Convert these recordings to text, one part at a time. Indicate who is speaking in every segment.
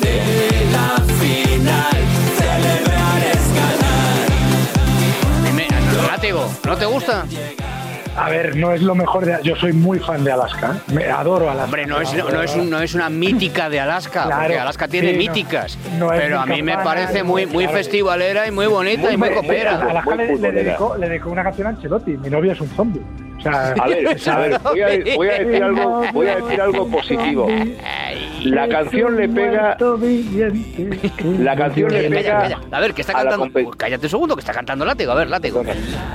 Speaker 1: de la final. Celebrar es ganar.
Speaker 2: Dime, Nativo, ¿no te gusta?
Speaker 3: A ver, no es lo mejor de. Yo soy muy fan de Alaska. ¿eh? Me adoro Alaska.
Speaker 2: Hombre, no es, no, no es, un- no es una mítica de Alaska,
Speaker 3: Claro,
Speaker 2: porque Alaska tiene
Speaker 3: sí, no.
Speaker 2: míticas.
Speaker 3: No es
Speaker 2: pero a
Speaker 3: ni
Speaker 2: mí me
Speaker 3: campana,
Speaker 2: parece muy,
Speaker 3: ni-
Speaker 2: muy
Speaker 3: claro.
Speaker 2: festivalera y muy bonita y muy
Speaker 3: Hombre,
Speaker 2: copera.
Speaker 3: Alaska
Speaker 4: muy
Speaker 3: le, le
Speaker 4: futbolera.
Speaker 3: dedicó, le dedicó una canción a Ancelotti. Mi novio es un zombie. O sea,
Speaker 4: A ver, a ver, voy a, voy a decir algo, voy a decir algo positivo. La canción le pega, la canción le
Speaker 2: Oye,
Speaker 4: pega.
Speaker 2: calla, calla. A ver, que está
Speaker 4: a la
Speaker 2: cantando.
Speaker 4: compe-
Speaker 2: Uy, cállate un segundo, que está cantando látigo. A ver, látigo.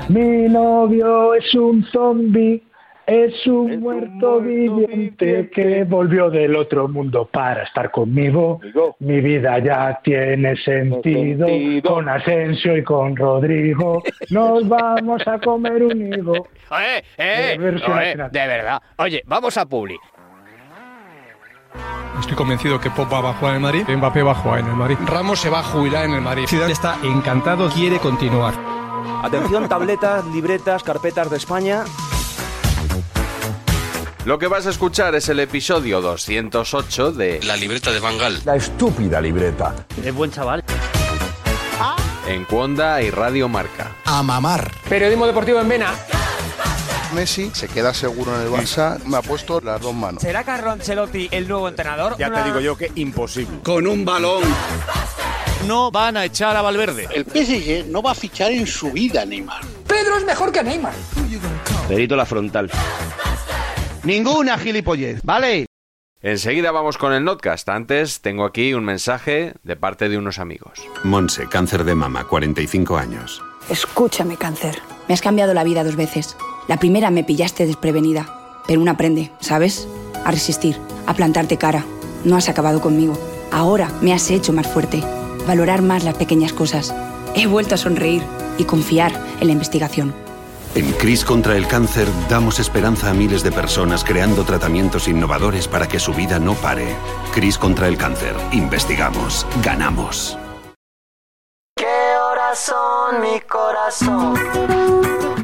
Speaker 3: Mi novio es un zombie, es un
Speaker 4: Es un
Speaker 3: muerto
Speaker 4: muerto
Speaker 3: viviente
Speaker 4: viviente.
Speaker 3: que volvió del otro mundo para estar conmigo.
Speaker 4: Digo.
Speaker 3: Mi vida ya tiene sentido,
Speaker 4: Sentido.
Speaker 3: con Asensio y con Rodrigo. Nos vamos a comer un higo.
Speaker 2: Oye,
Speaker 3: De
Speaker 2: eh,
Speaker 3: verso
Speaker 2: oye,
Speaker 3: nacional.
Speaker 2: de verdad. Oye, vamos a Publi.
Speaker 5: Estoy convencido que Pop va a jugar en el Madrid, Mbappé va a jugar en el Madrid, Ramos se va a jubilar en el Madrid. Ciudad está encantado, quiere continuar.
Speaker 6: Atención, tabletas, libretas, carpetas de España.
Speaker 7: Lo que vas a escuchar es el episodio 208 de La libreta de Bangal.
Speaker 6: La estúpida libreta.
Speaker 2: Es buen chaval.
Speaker 7: Ah. En Cuonda y Radio Marca.
Speaker 5: Periodismo deportivo en Vena.
Speaker 8: Messi se queda seguro en el Barça. Me ha puesto las dos manos.
Speaker 6: ¿Será Carlo Ancelotti el nuevo entrenador? Ya te digo yo.
Speaker 5: Con un balón.
Speaker 6: No van a echar a Valverde.
Speaker 1: El PSG no va a fichar en su vida, Neymar.
Speaker 6: Perito la frontal.
Speaker 8: Ninguna gilipollez, ¿vale?
Speaker 7: Enseguida vamos con el notcast. Antes tengo aquí un mensaje de parte de unos amigos.
Speaker 1: Monse, cáncer de mama, 45 años.
Speaker 9: Escúchame, cáncer. Me has cambiado la vida dos veces. La primera me pillaste desprevenida, pero una aprende, ¿sabes? A resistir, a plantarte cara. No has acabado conmigo. Ahora me has hecho más fuerte, valorar más las pequeñas cosas. He vuelto a sonreír y confiar en la investigación.
Speaker 1: En Cris contra el cáncer damos esperanza a miles de personas creando tratamientos innovadores para que su vida no pare. Cris contra el cáncer. Investigamos. Ganamos.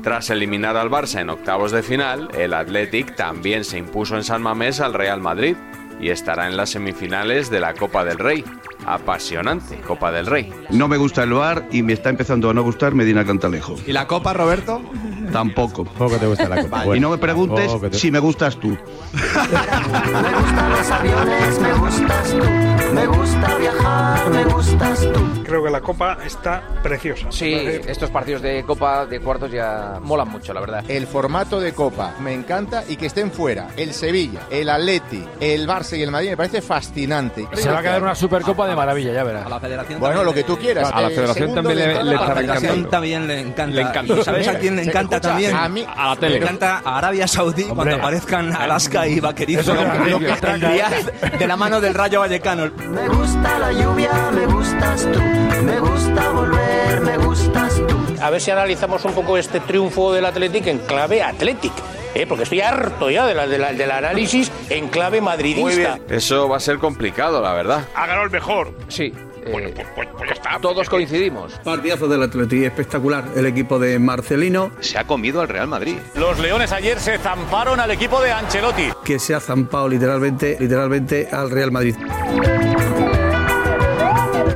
Speaker 7: Tras eliminar al Barça en octavos de final, el Athletic también se impuso en San Mamés al Real Madrid y estará en las semifinales de la Copa del Rey. Apasionante Copa del Rey.
Speaker 8: No me gusta el bar y me está empezando a no gustar Medina Cantalejo.
Speaker 5: ¿Y la copa, Roberto?
Speaker 8: Tampoco.
Speaker 5: Poco te gusta la copa.
Speaker 8: y no me preguntes
Speaker 5: tampoco te-
Speaker 8: si me gustas tú.
Speaker 3: Creo que la copa está preciosa.
Speaker 6: Sí, estos partidos de Copa de cuartos ya molan mucho, la verdad.
Speaker 8: El formato de Copa me encanta y que estén fuera el Sevilla, el Atleti, el Barça y el Madrid me parece fascinante.
Speaker 6: Se va a quedar una
Speaker 5: supercopa de maravilla, ya verás.
Speaker 6: A la federación
Speaker 8: Bueno, lo que tú quieras.
Speaker 5: A la
Speaker 8: Eh,
Speaker 5: federación
Speaker 8: segundo
Speaker 5: también
Speaker 8: de
Speaker 5: le-
Speaker 8: entrada
Speaker 5: le
Speaker 8: para
Speaker 5: está
Speaker 8: el
Speaker 5: encantando.
Speaker 8: casero.
Speaker 6: también le encanta.
Speaker 5: Le encanta.
Speaker 6: ¿Y sabes a quién le
Speaker 8: Sí,
Speaker 6: encanta
Speaker 8: escucha,
Speaker 6: también?
Speaker 8: a mí-
Speaker 5: A la tele.
Speaker 6: Le encanta a Arabia Saudí cuando aparezcan Alaska y Vaquerizo.
Speaker 5: Eso es
Speaker 6: Lo que- lo que
Speaker 5: horrible.
Speaker 6: tendría de la mano del Rayo Vallecano.
Speaker 1: A ver si analizamos un poco este triunfo del Athletic en clave Athletic. ¿eh? Porque estoy harto ya de la- de la- del análisis en clave madridista.
Speaker 7: Eso va a ser complicado, la verdad.
Speaker 10: Ah,
Speaker 3: Ha ganado el mejor.
Speaker 2: Sí,
Speaker 11: eh, todos coincidimos.
Speaker 12: Partidazo del Atleti, espectacular. El equipo de Marcelino
Speaker 10: Se ha comido al Real Madrid.
Speaker 13: Los Leones ayer se zamparon al equipo de Ancelotti.
Speaker 12: que se ha zampado literalmente, literalmente al Real Madrid.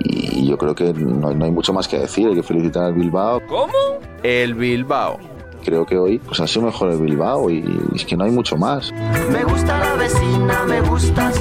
Speaker 8: Y yo creo que no, no hay mucho más que decir, hay que felicitar al Bilbao.
Speaker 10: ¿Cómo?
Speaker 8: El Bilbao. Creo que hoy pues ha sido mejor el Bilbao y, y es que no hay mucho más.
Speaker 6: Me gusta la vecina, me gustas.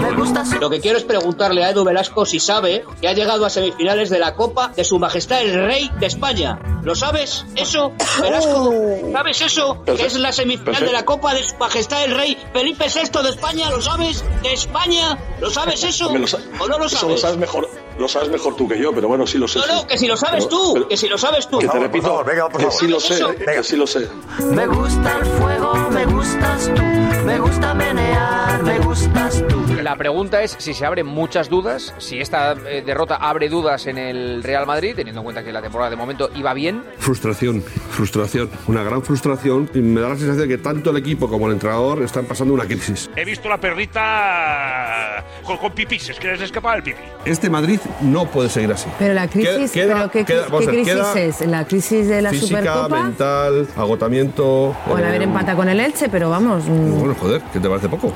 Speaker 6: Me gustas.
Speaker 2: Lo que quiero es preguntarle a Edu Velasco si sabe que ha llegado a semifinales de la Copa de Su Majestad el Rey de España. ¿Lo sabes? ¿Eso? Velasco, ¿sabes eso? Que es la semifinal de la Copa de Su Majestad el Rey Felipe VI de España. ¿Lo sabes? ¿De España? ¿Lo sabes eso?
Speaker 14: Me lo sa-
Speaker 2: ¿O no lo
Speaker 14: eso lo
Speaker 2: sabes?
Speaker 14: sabes mejor, lo sabes mejor tú que yo, pero bueno, sí lo sé.
Speaker 2: No,
Speaker 14: sí.
Speaker 2: no, que si lo sabes
Speaker 14: Pero-
Speaker 2: tú,
Speaker 14: pero-
Speaker 2: que si lo sabes tú.
Speaker 14: que te repito, que sí lo sé, que sí lo sé.
Speaker 6: Me gusta el fuego, me gustas tú. Me gusta menear, me gustas tú.
Speaker 11: La pregunta es si se abren muchas dudas, si esta eh, derrota abre dudas en el Real Madrid, teniendo en cuenta que la temporada de momento iba bien.
Speaker 15: Frustración, frustración, una gran frustración y me da la sensación de que tanto el equipo como el entrenador están pasando una crisis.
Speaker 16: He visto la perrita con, con pipí, se es que les escapaba el pipí.
Speaker 15: Este Madrid no puede seguir así.
Speaker 9: Pero la crisis,
Speaker 15: Queda-
Speaker 9: pero ¿qué,
Speaker 15: queda-
Speaker 9: qué
Speaker 15: vamos a ver,
Speaker 9: crisis
Speaker 15: queda
Speaker 9: es? ¿La crisis de la
Speaker 15: física,
Speaker 9: Supercopa?
Speaker 15: mental, agotamiento.
Speaker 9: O el
Speaker 15: eh,
Speaker 9: haber empatado con el Elche, pero vamos. mm,
Speaker 15: Bueno, joder, que te parece poco.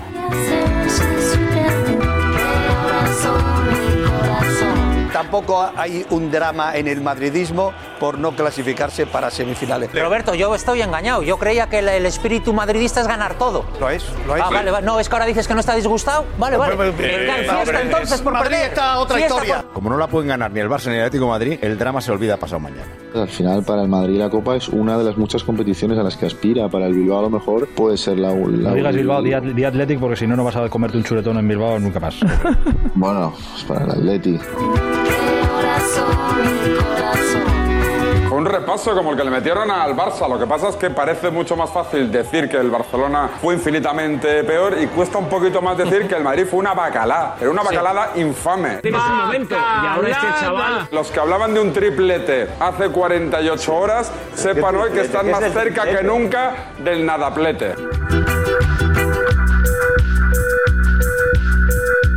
Speaker 17: Tampoco hay un drama en el madridismo por no clasificarse para semifinales.
Speaker 18: Roberto, yo estoy engañado. Yo creía que el, el espíritu madridista es ganar todo.
Speaker 17: Lo es, lo es.
Speaker 18: Ah, vale, vale. No, es que ahora dices que no está disgustado. Vale, vale.
Speaker 7: pues, eh,
Speaker 18: Venga, fiesta entonces por perder. Fiesta por-
Speaker 19: Como no la pueden ganar ni el Barça ni el Atlético de Madrid, el drama se olvida pasado mañana.
Speaker 8: Al final para el Madrid la Copa es una de las muchas competiciones a las que aspira. Para el Bilbao a lo mejor puede ser la, la
Speaker 20: No digas Bilbao, di, Atl- di Athletic, porque si no, no vas a comerte un chuletón en Bilbao nunca más.
Speaker 8: Bueno, pues para el Atleti.
Speaker 21: Fue un repaso como el que le metieron al Barça. Lo que pasa es que parece mucho más fácil decir que el Barcelona fue infinitamente peor y cuesta un poquito más decir que el Madrid fue una bacalá. Era una
Speaker 1: Sí.
Speaker 21: bacalada infame.
Speaker 1: un momento. Y ahora este chaval.
Speaker 21: Los que hablaban de un triplete hace 48 horas, sepan hoy que están
Speaker 1: ¿Qué es
Speaker 21: más
Speaker 1: el
Speaker 21: cerca que
Speaker 1: triplete?
Speaker 21: nunca del nadaplete.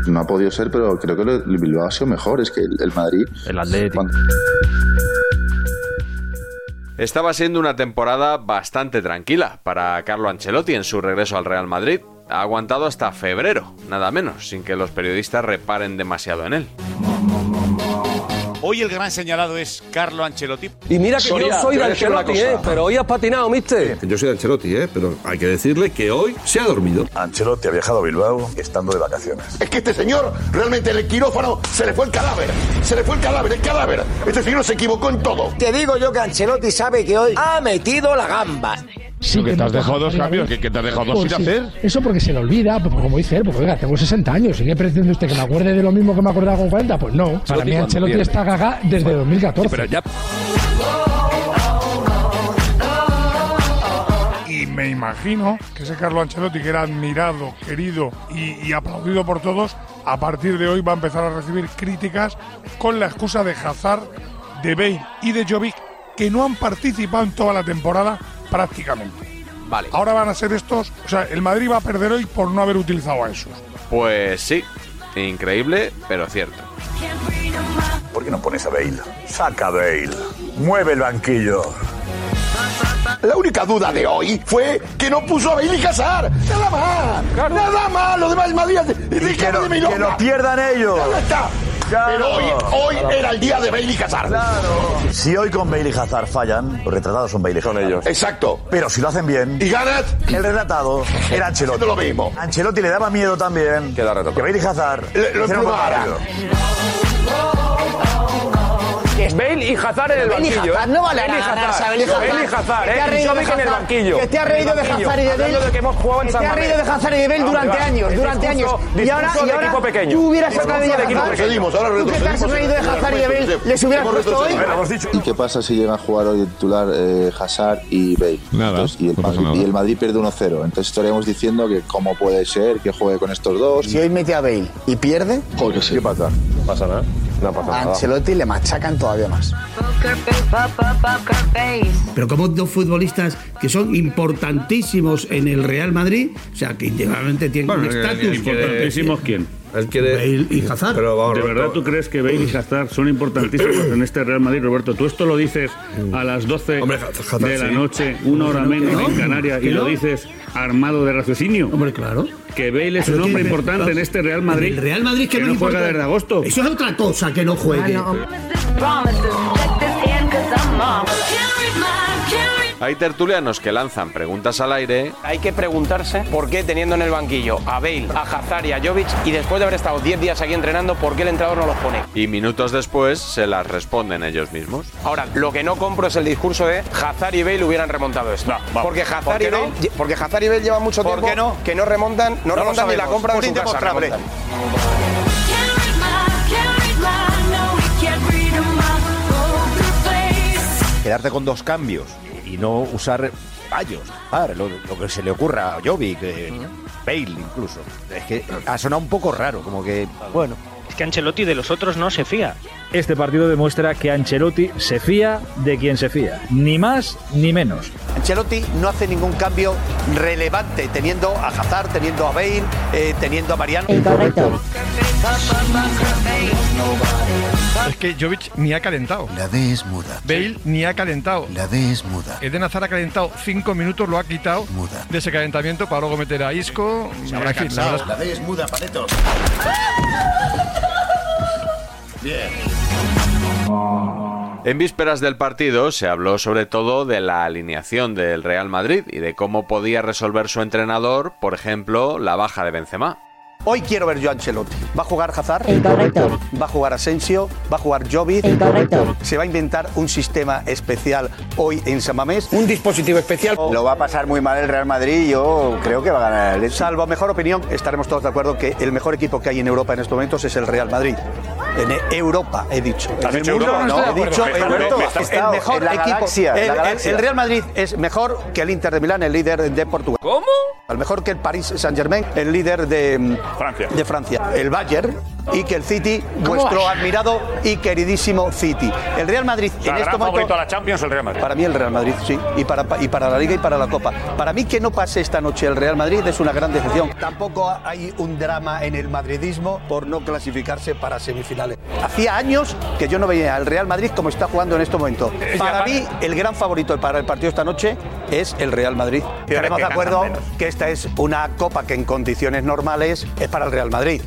Speaker 8: No ha podido ser, pero creo que lo- el Bilbao ha sido mejor. Es que el, el Madrid... El Atleti.
Speaker 7: Estaba siendo una temporada bastante tranquila para Carlo Ancelotti en su regreso al Real Madrid. Ha aguantado hasta febrero, nada menos, sin que los periodistas reparen demasiado en él.
Speaker 13: Hoy el gran señalado es Carlo Ancelotti.
Speaker 1: Y mira que yo soy de Ancelotti, eh, pero hoy has patinado, mister.
Speaker 15: Yo soy de Ancelotti, ¿eh? pero hay que decirle que hoy se ha dormido.
Speaker 3: Ancelotti ha viajado a Bilbao estando de vacaciones.
Speaker 22: Es que este señor realmente en el quirófano se le fue el cadáver. Se le fue el cadáver, el cadáver. Este señor se equivocó en todo.
Speaker 18: Te digo yo que Ancelotti sabe que hoy ha metido la gamba.
Speaker 23: Sí, que te has dejado dos cambios, que, que te has dejado dos sin hacer.
Speaker 24: Pues Eso porque se le olvida, pues, como dice él, porque oiga, tengo 60 años, ¿y qué pretende usted que me acuerde de lo mismo que me acordaba con 40? Pues no, para mí
Speaker 23: cuando
Speaker 24: Ancelotti
Speaker 23: pierde.
Speaker 24: está gaga desde 2014.
Speaker 23: Pero ya.
Speaker 25: Y me imagino que ese Carlo Ancelotti, que era admirado, querido y, y aplaudido por todos, a partir de hoy va a empezar a recibir críticas con la excusa de Hazard, de Bale y de Jovic, que no han participado en toda la temporada prácticamente.
Speaker 11: Vale.
Speaker 25: Ahora van a ser estos, o sea, el Madrid va a perder hoy por no haber utilizado a esos.
Speaker 7: Pues sí, increíble, pero cierto.
Speaker 3: ¿Por qué no pones a Bale? Saca a Bale. Mueve el banquillo.
Speaker 22: La única duda de hoy fue que no puso a Bale y Hazard. Nada más. Nada más. Lo demás Madrid. que,
Speaker 3: lo- que lo pierdan ellos.
Speaker 22: Ya está.
Speaker 3: Claro.
Speaker 22: Pero hoy, hoy
Speaker 3: Claro.
Speaker 22: era el día de Bale y Hazard.
Speaker 3: Si hoy con Bale y Hazard fallan, los retratados son Bale y Son ellos.
Speaker 22: Exacto.
Speaker 3: Pero si lo hacen bien.
Speaker 22: ¿Y ganas?
Speaker 3: El retratado era Ancelotti.
Speaker 22: Haciendo lo mismo.
Speaker 3: Ancelotti le daba miedo también. Queda retratado. Que Bale y Hazard.
Speaker 22: Le- lo
Speaker 3: hicieron buen
Speaker 22: emplumara.
Speaker 3: partido.
Speaker 1: Es Bale y Hazard en el
Speaker 3: Bale y
Speaker 1: banquillo.
Speaker 3: Hazard,
Speaker 1: ¿eh?
Speaker 3: no vale
Speaker 1: Bale y
Speaker 3: nada
Speaker 1: Hazard.
Speaker 3: ganarse a Bale y Hazard.
Speaker 1: Bale y Hazard,
Speaker 3: Que te
Speaker 1: ¿eh?
Speaker 3: has reído
Speaker 1: Y Jovic
Speaker 3: de
Speaker 1: en el
Speaker 3: Hazard.
Speaker 1: banquillo.
Speaker 3: Que te has reído de
Speaker 1: Banquillo.
Speaker 3: Hazard y de Bale.
Speaker 1: Hablando de que hemos jugado en
Speaker 3: Que te
Speaker 1: San
Speaker 3: has reído
Speaker 1: Mamés.
Speaker 3: de Hazard y de Bale
Speaker 1: ¿A dónde
Speaker 3: durante
Speaker 1: vas?
Speaker 3: años,
Speaker 1: El
Speaker 3: durante
Speaker 1: Ah, discurso-
Speaker 3: años. Y ahora-
Speaker 1: discurso
Speaker 3: y
Speaker 1: de
Speaker 3: ahora
Speaker 1: equipo pequeño.
Speaker 3: tú hubieras
Speaker 1: Discurso
Speaker 3: sacado a
Speaker 1: de equipo
Speaker 3: Hazard.
Speaker 1: pequeño.
Speaker 3: Retrocedimos, ahora
Speaker 22: Tú que te has
Speaker 3: retrocedimos.
Speaker 22: reído de Hazard y de Bale,
Speaker 3: ¿les hubieras
Speaker 22: Hemos
Speaker 3: puesto hoy?
Speaker 22: retrocedido.
Speaker 8: ¿Y qué pasa si llega a jugar hoy el titular eh, Hazard y Bale? Entonces, y, el Madrid, y el Madrid pierde 1-0. Entonces estaríamos diciendo que cómo puede ser que juegue con estos dos.
Speaker 24: Si hoy mete a Bale y pierde,
Speaker 8: ¿Qué pasa?
Speaker 24: No pasa nada. No pasa
Speaker 8: nada.
Speaker 24: Ancelotti le machacan todavía más.
Speaker 25: Pero como dos futbolistas que son importantísimos en el Real Madrid, o sea, que individualmente tienen un
Speaker 23: ¿Importantísimos
Speaker 25: estatus.
Speaker 23: quién?
Speaker 26: Él quiere...
Speaker 27: Bale y Hazard.
Speaker 26: Pero vamos,
Speaker 27: ¿De
Speaker 26: Roberto,
Speaker 27: verdad tú crees que Bale y Hazard son importantísimos en este Real Madrid, Roberto? Tú esto lo dices a las 12 de la
Speaker 26: sí.
Speaker 27: noche, una hora
Speaker 26: No, que
Speaker 27: menos
Speaker 26: no.
Speaker 27: en Canarias, y
Speaker 26: Que
Speaker 27: lo
Speaker 26: no.
Speaker 27: dices armado de raciocinio. Hombre, claro. Que Bale es
Speaker 28: Pero
Speaker 27: un hombre
Speaker 28: que-
Speaker 27: importante en este Real Madrid.
Speaker 28: El Real Madrid que,
Speaker 27: no juega
Speaker 28: importa.
Speaker 27: desde agosto.
Speaker 28: Eso es otra cosa que no juegue.
Speaker 7: Hay tertulianos que lanzan preguntas al aire.
Speaker 1: Hay que preguntarse por qué teniendo en el banquillo a Bale, a Hazard y a Jovic y después de haber estado 10 días aquí entrenando, ¿por qué el entrenador no los pone?
Speaker 7: Y minutos después se las responden ellos mismos.
Speaker 1: Ahora, lo que no compro es el discurso de Hazard y Bale hubieran remontado esto. porque, Hazard
Speaker 3: ¿Por
Speaker 1: y
Speaker 3: qué no?
Speaker 1: Bale, porque Hazard y Bale llevan mucho
Speaker 3: ¿Por
Speaker 1: tiempo
Speaker 3: qué no?
Speaker 1: que no remontan, no,
Speaker 3: No lo
Speaker 1: remontan ni la
Speaker 3: sabemos.
Speaker 1: compra en
Speaker 3: Es
Speaker 1: su casa.
Speaker 3: indemostrable.
Speaker 1: remontan. Quedarte con dos cambios y no usar fallos. Ah, lo, lo que se le ocurra a Jovic, eh, Bale incluso. Es que ha sonado un poco raro, como que, bueno.
Speaker 16: Es que Ancelotti de los otros no se fía.
Speaker 29: Este partido demuestra que Ancelotti se fía de quien se fía, ni más ni menos.
Speaker 3: Ancelotti no hace ningún cambio relevante, teniendo a Hazard, teniendo a Bale, eh, teniendo a Mariano. Incorrecto.
Speaker 4: Es que Jovic ni ha calentado. La D es muda. Bale ni ha calentado. La D es muda. Eden Hazard ha calentado cinco minutos, lo ha quitado muda. de ese calentamiento para luego meter a Isco. En fin, la verdad es-
Speaker 30: La D es muda, paletos. Bien.
Speaker 7: En vísperas del partido se habló sobre todo de la alineación del Real Madrid y de cómo podía resolver su entrenador, por ejemplo, la baja de Benzema.
Speaker 3: Hoy quiero ver yo a Ancelotti. ¿Va a jugar Hazard? Incorrecto. ¿Va a jugar Asensio? ¿Va a jugar Jovic? Incorrecto. ¿Se va a inventar un sistema especial hoy en Samamés? ¿Un dispositivo especial? Lo va a pasar muy mal el Real Madrid yo creo que va a ganar el Salvo mejor opinión, estaremos todos de acuerdo que el mejor equipo que hay en Europa en estos momentos es el Real Madrid. En e- Europa, he dicho.
Speaker 30: ¿Has
Speaker 3: en
Speaker 30: dicho
Speaker 3: el mundo
Speaker 30: Europa?
Speaker 3: no,
Speaker 30: No,
Speaker 3: he
Speaker 30: me
Speaker 3: dicho
Speaker 30: está-
Speaker 3: en
Speaker 30: me
Speaker 3: Europa.
Speaker 30: está-
Speaker 3: El mejor
Speaker 30: en la
Speaker 3: equipo.
Speaker 30: galaxia,
Speaker 3: el,
Speaker 30: la
Speaker 3: el-
Speaker 30: galaxia.
Speaker 3: el Real Madrid es mejor que el Inter de Milán, el líder de Portugal. ¿Cómo? Al mejor que el Paris Saint-Germain, el líder de mm,
Speaker 30: Francia.
Speaker 3: de Francia, el Bayern y que el City,
Speaker 30: ¿Cómo
Speaker 3: vuestro
Speaker 30: vas?
Speaker 3: admirado y queridísimo City. El Real Madrid
Speaker 30: O sea,
Speaker 3: en
Speaker 30: gran
Speaker 3: este momento
Speaker 30: favorito a la Champions el Real Madrid.
Speaker 3: Para mí el Real Madrid, sí, y para y para la Liga y para la Copa. Para mí que no pase esta noche el Real Madrid es una gran decepción. Tampoco hay un drama en el madridismo por no clasificarse para semifinales. Hacía años que yo no veía al Real Madrid como está jugando en este momento. Para mí el gran favorito para el partido esta noche es el Real Madrid. Estaremos de
Speaker 30: ganan
Speaker 3: acuerdo
Speaker 30: menos.
Speaker 3: que esta es una copa que en condiciones normales es para el Real Madrid.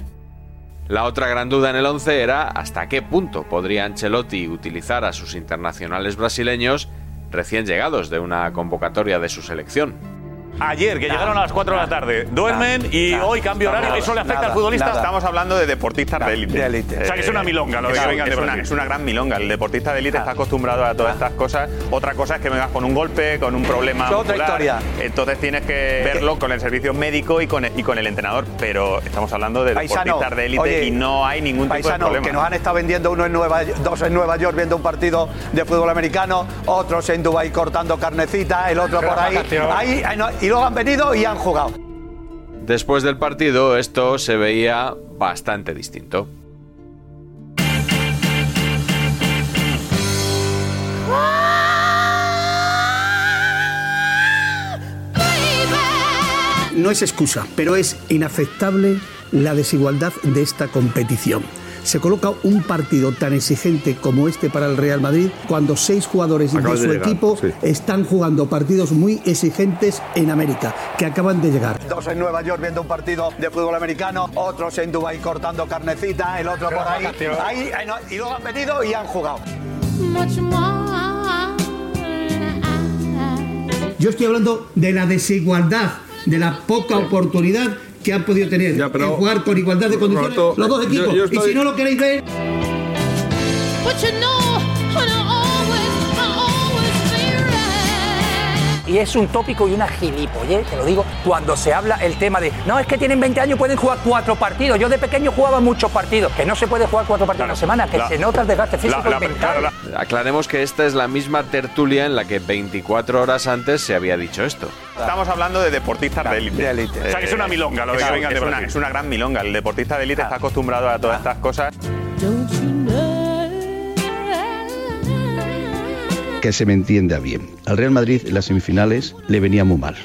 Speaker 7: La otra gran duda en el 11 era hasta qué punto podría Ancelotti utilizar a sus internacionales brasileños recién llegados de una convocatoria de su selección.
Speaker 30: Ayer, que llegaron a las 4 de la tarde, duermen y
Speaker 7: nada,
Speaker 30: hoy cambio horario
Speaker 7: nada,
Speaker 30: y eso le afecta
Speaker 7: nada,
Speaker 30: al futbolista.
Speaker 7: nada.
Speaker 30: Estamos hablando de deportistas de élite.
Speaker 16: élite.
Speaker 30: O sea, que es una milonga lo que
Speaker 16: Es un-
Speaker 30: vengan de
Speaker 16: es una-
Speaker 30: Brasil.
Speaker 16: es una gran milonga. El deportista de élite
Speaker 28: Ah.
Speaker 16: está acostumbrado a todas estas cosas. Otra cosa es que vengas con un golpe, con un problema
Speaker 3: Es otra
Speaker 16: muscular.
Speaker 3: historia.
Speaker 16: Entonces tienes
Speaker 28: Eh,
Speaker 16: que verlo con el servicio médico y con el, y con el entrenador. Pero estamos hablando de
Speaker 3: Paisano,
Speaker 16: deportistas de
Speaker 3: oye,
Speaker 16: élite y no hay ningún tipo
Speaker 3: paisano,
Speaker 16: de problema.
Speaker 3: que nos han estado vendiendo uno en Nueva dos en Nueva York viendo un partido de fútbol americano, otros en Dubái cortando carnecita, el otro por ahí.
Speaker 30: Vacaciones.
Speaker 3: Ahí, ahí no, y luego han venido y han jugado.
Speaker 7: Después del partido esto se veía bastante distinto.
Speaker 28: No es excusa, pero es inaceptable la desigualdad de esta competición. Se coloca un partido tan exigente como este para el Real Madrid cuando seis jugadores
Speaker 26: Acabas de
Speaker 28: de su
Speaker 26: llegar,
Speaker 28: equipo
Speaker 26: sí.
Speaker 28: están jugando partidos muy exigentes en América, que acaban de llegar.
Speaker 3: Dos en Nueva York viendo un partido de fútbol americano, otros en Dubái cortando carnecita, el otro por ahí.
Speaker 30: Vacaciones.
Speaker 3: ahí ahí no, y luego han venido y han jugado.
Speaker 28: Yo estoy hablando de la desigualdad, de la poca oportunidad que han podido tener en jugar con igualdad de condiciones
Speaker 26: Roberto,
Speaker 28: los dos
Speaker 26: yo- yo
Speaker 28: equipos. Y
Speaker 26: estoy-
Speaker 28: si no lo queréis ver,
Speaker 1: Y es un tópico y una gilipollez, te lo digo, cuando se habla el tema de, no, es que tienen 20 años y pueden jugar cuatro partidos. Yo de pequeño jugaba muchos partidos, que no se puede jugar cuatro partidos a la semana, que
Speaker 7: la-
Speaker 1: se nota el desgaste físico y mental.
Speaker 7: Aclaremos que esta es la misma tertulia en la que 24 horas antes se había dicho esto.
Speaker 16: Estamos hablando de deportistas de élite.
Speaker 30: O sea, que es una milonga lo
Speaker 16: Eh,
Speaker 30: que
Speaker 16: es,
Speaker 30: vengan de
Speaker 16: es una,
Speaker 30: Brasil.
Speaker 16: es una gran milonga. El deportista de élite está acostumbrado a todas estas cosas.
Speaker 4: Que se me entienda bien. Al Real Madrid en las semifinales le venía muy mal.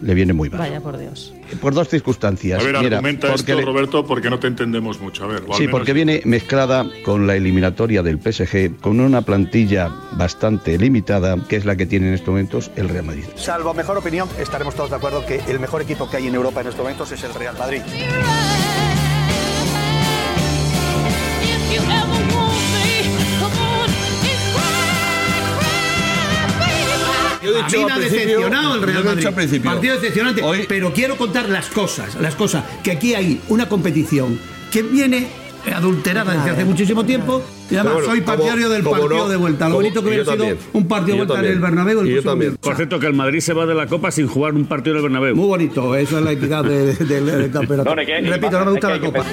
Speaker 31: le viene muy mal.
Speaker 6: Vaya por Dios.
Speaker 31: Por dos circunstancias.
Speaker 9: A ver,
Speaker 31: Mira,
Speaker 9: argumenta
Speaker 31: porque
Speaker 9: esto,
Speaker 31: le-
Speaker 9: Roberto, porque no te entendemos mucho. A ver, o al
Speaker 31: Sí,
Speaker 9: menos
Speaker 31: porque viene mezclada con la eliminatoria del PSG, con una plantilla bastante limitada, que es la que tiene en estos momentos el Real Madrid.
Speaker 1: Salvo mejor opinión, estaremos todos de acuerdo que el mejor equipo que hay en Europa en estos momentos es el Real Madrid.
Speaker 3: Yo
Speaker 8: dicho
Speaker 3: a mí
Speaker 8: al
Speaker 3: me ha
Speaker 8: principio-
Speaker 3: decepcionado el
Speaker 8: yo
Speaker 3: Real
Speaker 8: lo he
Speaker 3: Madrid.
Speaker 8: dicho al principio.
Speaker 3: Partido decepcionante. Pero quiero contar las cosas, las cosas. Que aquí hay una competición que viene adulterada desde
Speaker 8: Claro,
Speaker 3: hace muchísimo tiempo. Y además
Speaker 8: Pero bueno,
Speaker 3: soy
Speaker 8: como-
Speaker 3: partidario del
Speaker 8: como
Speaker 3: partido
Speaker 8: no,
Speaker 3: de vuelta. Lo
Speaker 8: como-
Speaker 3: bonito que
Speaker 8: y
Speaker 3: hubiera
Speaker 8: yo
Speaker 3: sido
Speaker 8: también.
Speaker 3: un partido
Speaker 8: Y
Speaker 3: de
Speaker 8: yo
Speaker 3: vuelta en el
Speaker 8: también.
Speaker 3: Bernabéu. el
Speaker 8: Y yo
Speaker 3: próximo
Speaker 8: también.
Speaker 3: lunes.
Speaker 32: Por cierto, que el Madrid se va de la Copa sin jugar un partido en el Bernabéu.
Speaker 3: Muy bonito, eso es la equidad de- de- del campeonato.
Speaker 32: No, no, que-
Speaker 3: Repito, no me
Speaker 32: que
Speaker 3: gusta la
Speaker 32: hay que
Speaker 3: copa.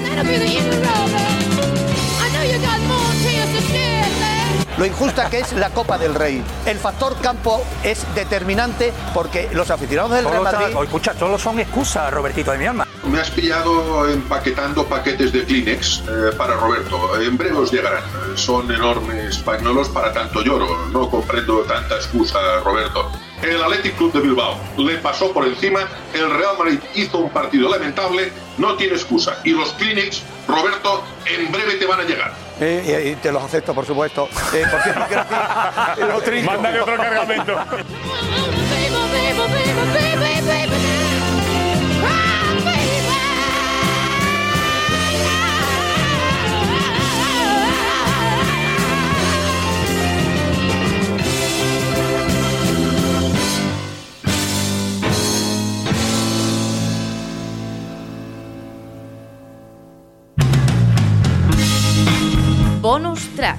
Speaker 1: Lo injusta que es la Copa del Rey. El factor campo es determinante porque los aficionados del Real Madrid...
Speaker 33: escucha, todos son excusas, Robertito de mi alma.
Speaker 34: Me has pillado empaquetando paquetes de Kleenex eh, para Roberto. En breve os llegarán. Son enormes pañuelos para tanto lloro. No comprendo tanta excusa, Roberto. El Athletic Club de Bilbao le pasó por encima. El Real Madrid hizo un partido lamentable. No tiene excusa. Y los Kleenex, Roberto, en breve te van a llegar.
Speaker 1: Eh, eh, eh, te los acepto, por supuesto. Eh, por cierto, que- lo trinco.
Speaker 9: Mándale otro cargamento.
Speaker 34: Bonus track.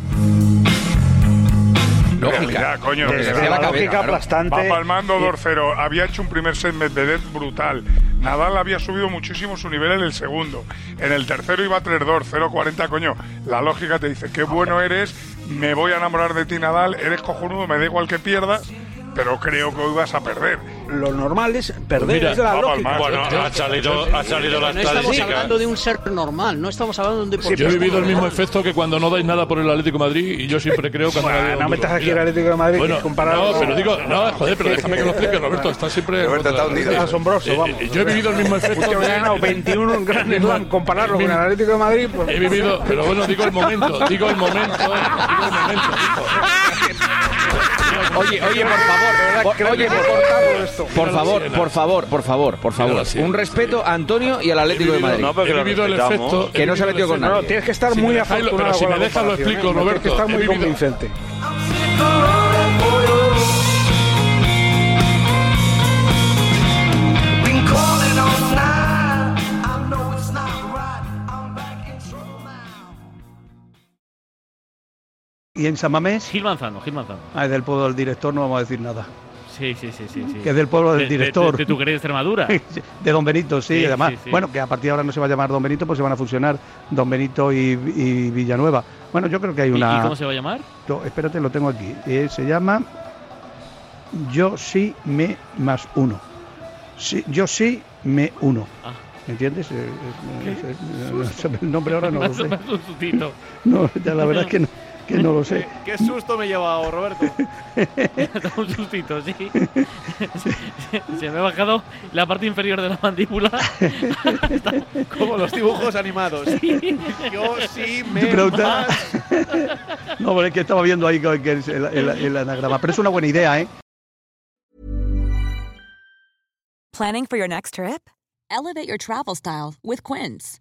Speaker 9: Realidad, coño.
Speaker 2: Desde Desde la la lógica
Speaker 9: cabeza, claro.
Speaker 2: aplastante.
Speaker 9: Va
Speaker 25: Va
Speaker 9: palmando.
Speaker 25: palmando 2-0. Había hecho un primer set Medvedev brutal. Nadal había subido muchísimo su nivel en el segundo. En el tercero iba 3-2, 0-40, coño. La lógica te dice, qué bueno eres, me voy a enamorar de ti, Nadal, eres cojonudo, me da igual que pierdas, pero creo que hoy vas a perder.
Speaker 2: Lo normal es perder,
Speaker 25: Mira,
Speaker 2: es la
Speaker 25: va
Speaker 2: lógica.
Speaker 25: palmar. Bueno, ha salido- ha salido la
Speaker 2: No
Speaker 7: No
Speaker 2: estamos
Speaker 7: estamos hablando de un ser normal, no estamos hablando de un deportista.
Speaker 2: Sí,
Speaker 7: Yo he vivido el mismo
Speaker 2: normal.
Speaker 7: efecto que cuando no dais nada por el Atlético de Madrid y yo siempre creo que
Speaker 2: Bueno, no metas aquí el Atlético de Madrid, que es comparado-
Speaker 7: No, pero digo, no, joder, pero déjame que lo explique, Roberto, está siempre Roberto
Speaker 2: está hundido. Es asombroso, vamos.
Speaker 7: Eh, yo he vivido el mismo efecto.
Speaker 2: Usted ha ganado 21 en Grand Slam, compararlo con el Atlético de Madrid, pues-
Speaker 7: He vivido, pero bueno, digo el momento, digo el momento,
Speaker 35: Oye, oye, por favor. por- Oye, por Por favor, por favor, por favor, por favor. Un respeto a Antonio y al Atlético de Madrid.
Speaker 7: No, pero que lo respetamos.
Speaker 35: Que no se ha metido con nadie.
Speaker 2: No, tienes que estar muy afortunado.
Speaker 7: pero si
Speaker 2: con
Speaker 7: me
Speaker 2: la
Speaker 7: dejas lo
Speaker 2: comparación,
Speaker 7: explico,
Speaker 2: ¿eh? No,
Speaker 7: Roberto.
Speaker 2: Tienes que
Speaker 7: He
Speaker 2: estar muy
Speaker 7: vivido-
Speaker 2: convincente.
Speaker 3: ¿Y en San Mamés?
Speaker 7: Gil Manzano, Gil Manzano.
Speaker 3: Ah, es del pueblo del director, no vamos a decir nada.
Speaker 7: Sí, sí, sí, sí. sí.
Speaker 3: Que es del pueblo
Speaker 7: De-
Speaker 3: del
Speaker 7: de-
Speaker 3: director.
Speaker 7: De, de tu querida Extremadura.
Speaker 3: De Don Benito, sí,
Speaker 7: Sí,
Speaker 3: además.
Speaker 7: sí, sí.
Speaker 3: Bueno, que a partir de ahora no se va a llamar Don Benito, pues se van a fusionar Don Benito y, y Villanueva. Bueno, yo creo que hay
Speaker 7: ¿Y-
Speaker 3: una.
Speaker 7: ¿Y cómo se va a llamar?
Speaker 3: No, espérate, lo tengo aquí. Eh, se llama Yo sí me más uno. Sí, yo sí me uno.
Speaker 7: Ah.
Speaker 3: ¿Me entiendes? Eh, eh,
Speaker 7: ¿Qué?
Speaker 3: eh, no sé, el nombre ahora no
Speaker 7: Me
Speaker 3: lo
Speaker 7: has-
Speaker 3: sé.
Speaker 7: me has dado un sustito.
Speaker 3: No, ya la verdad es que no, que no lo sé.
Speaker 7: Qué susto me he llevado, Roberto. Me has dado un sustito, sí. Se, se me ha bajado la parte inferior de la mandíbula.
Speaker 3: Como los dibujos
Speaker 7: animados. Yo sí
Speaker 3: Tu pregunta- no, pero es que estaba viendo ahí que- que es el, el- el anagrama. Pero es una buena idea, ¿eh?
Speaker 36: Planning for your next trip? Elevate your travel style with Quince.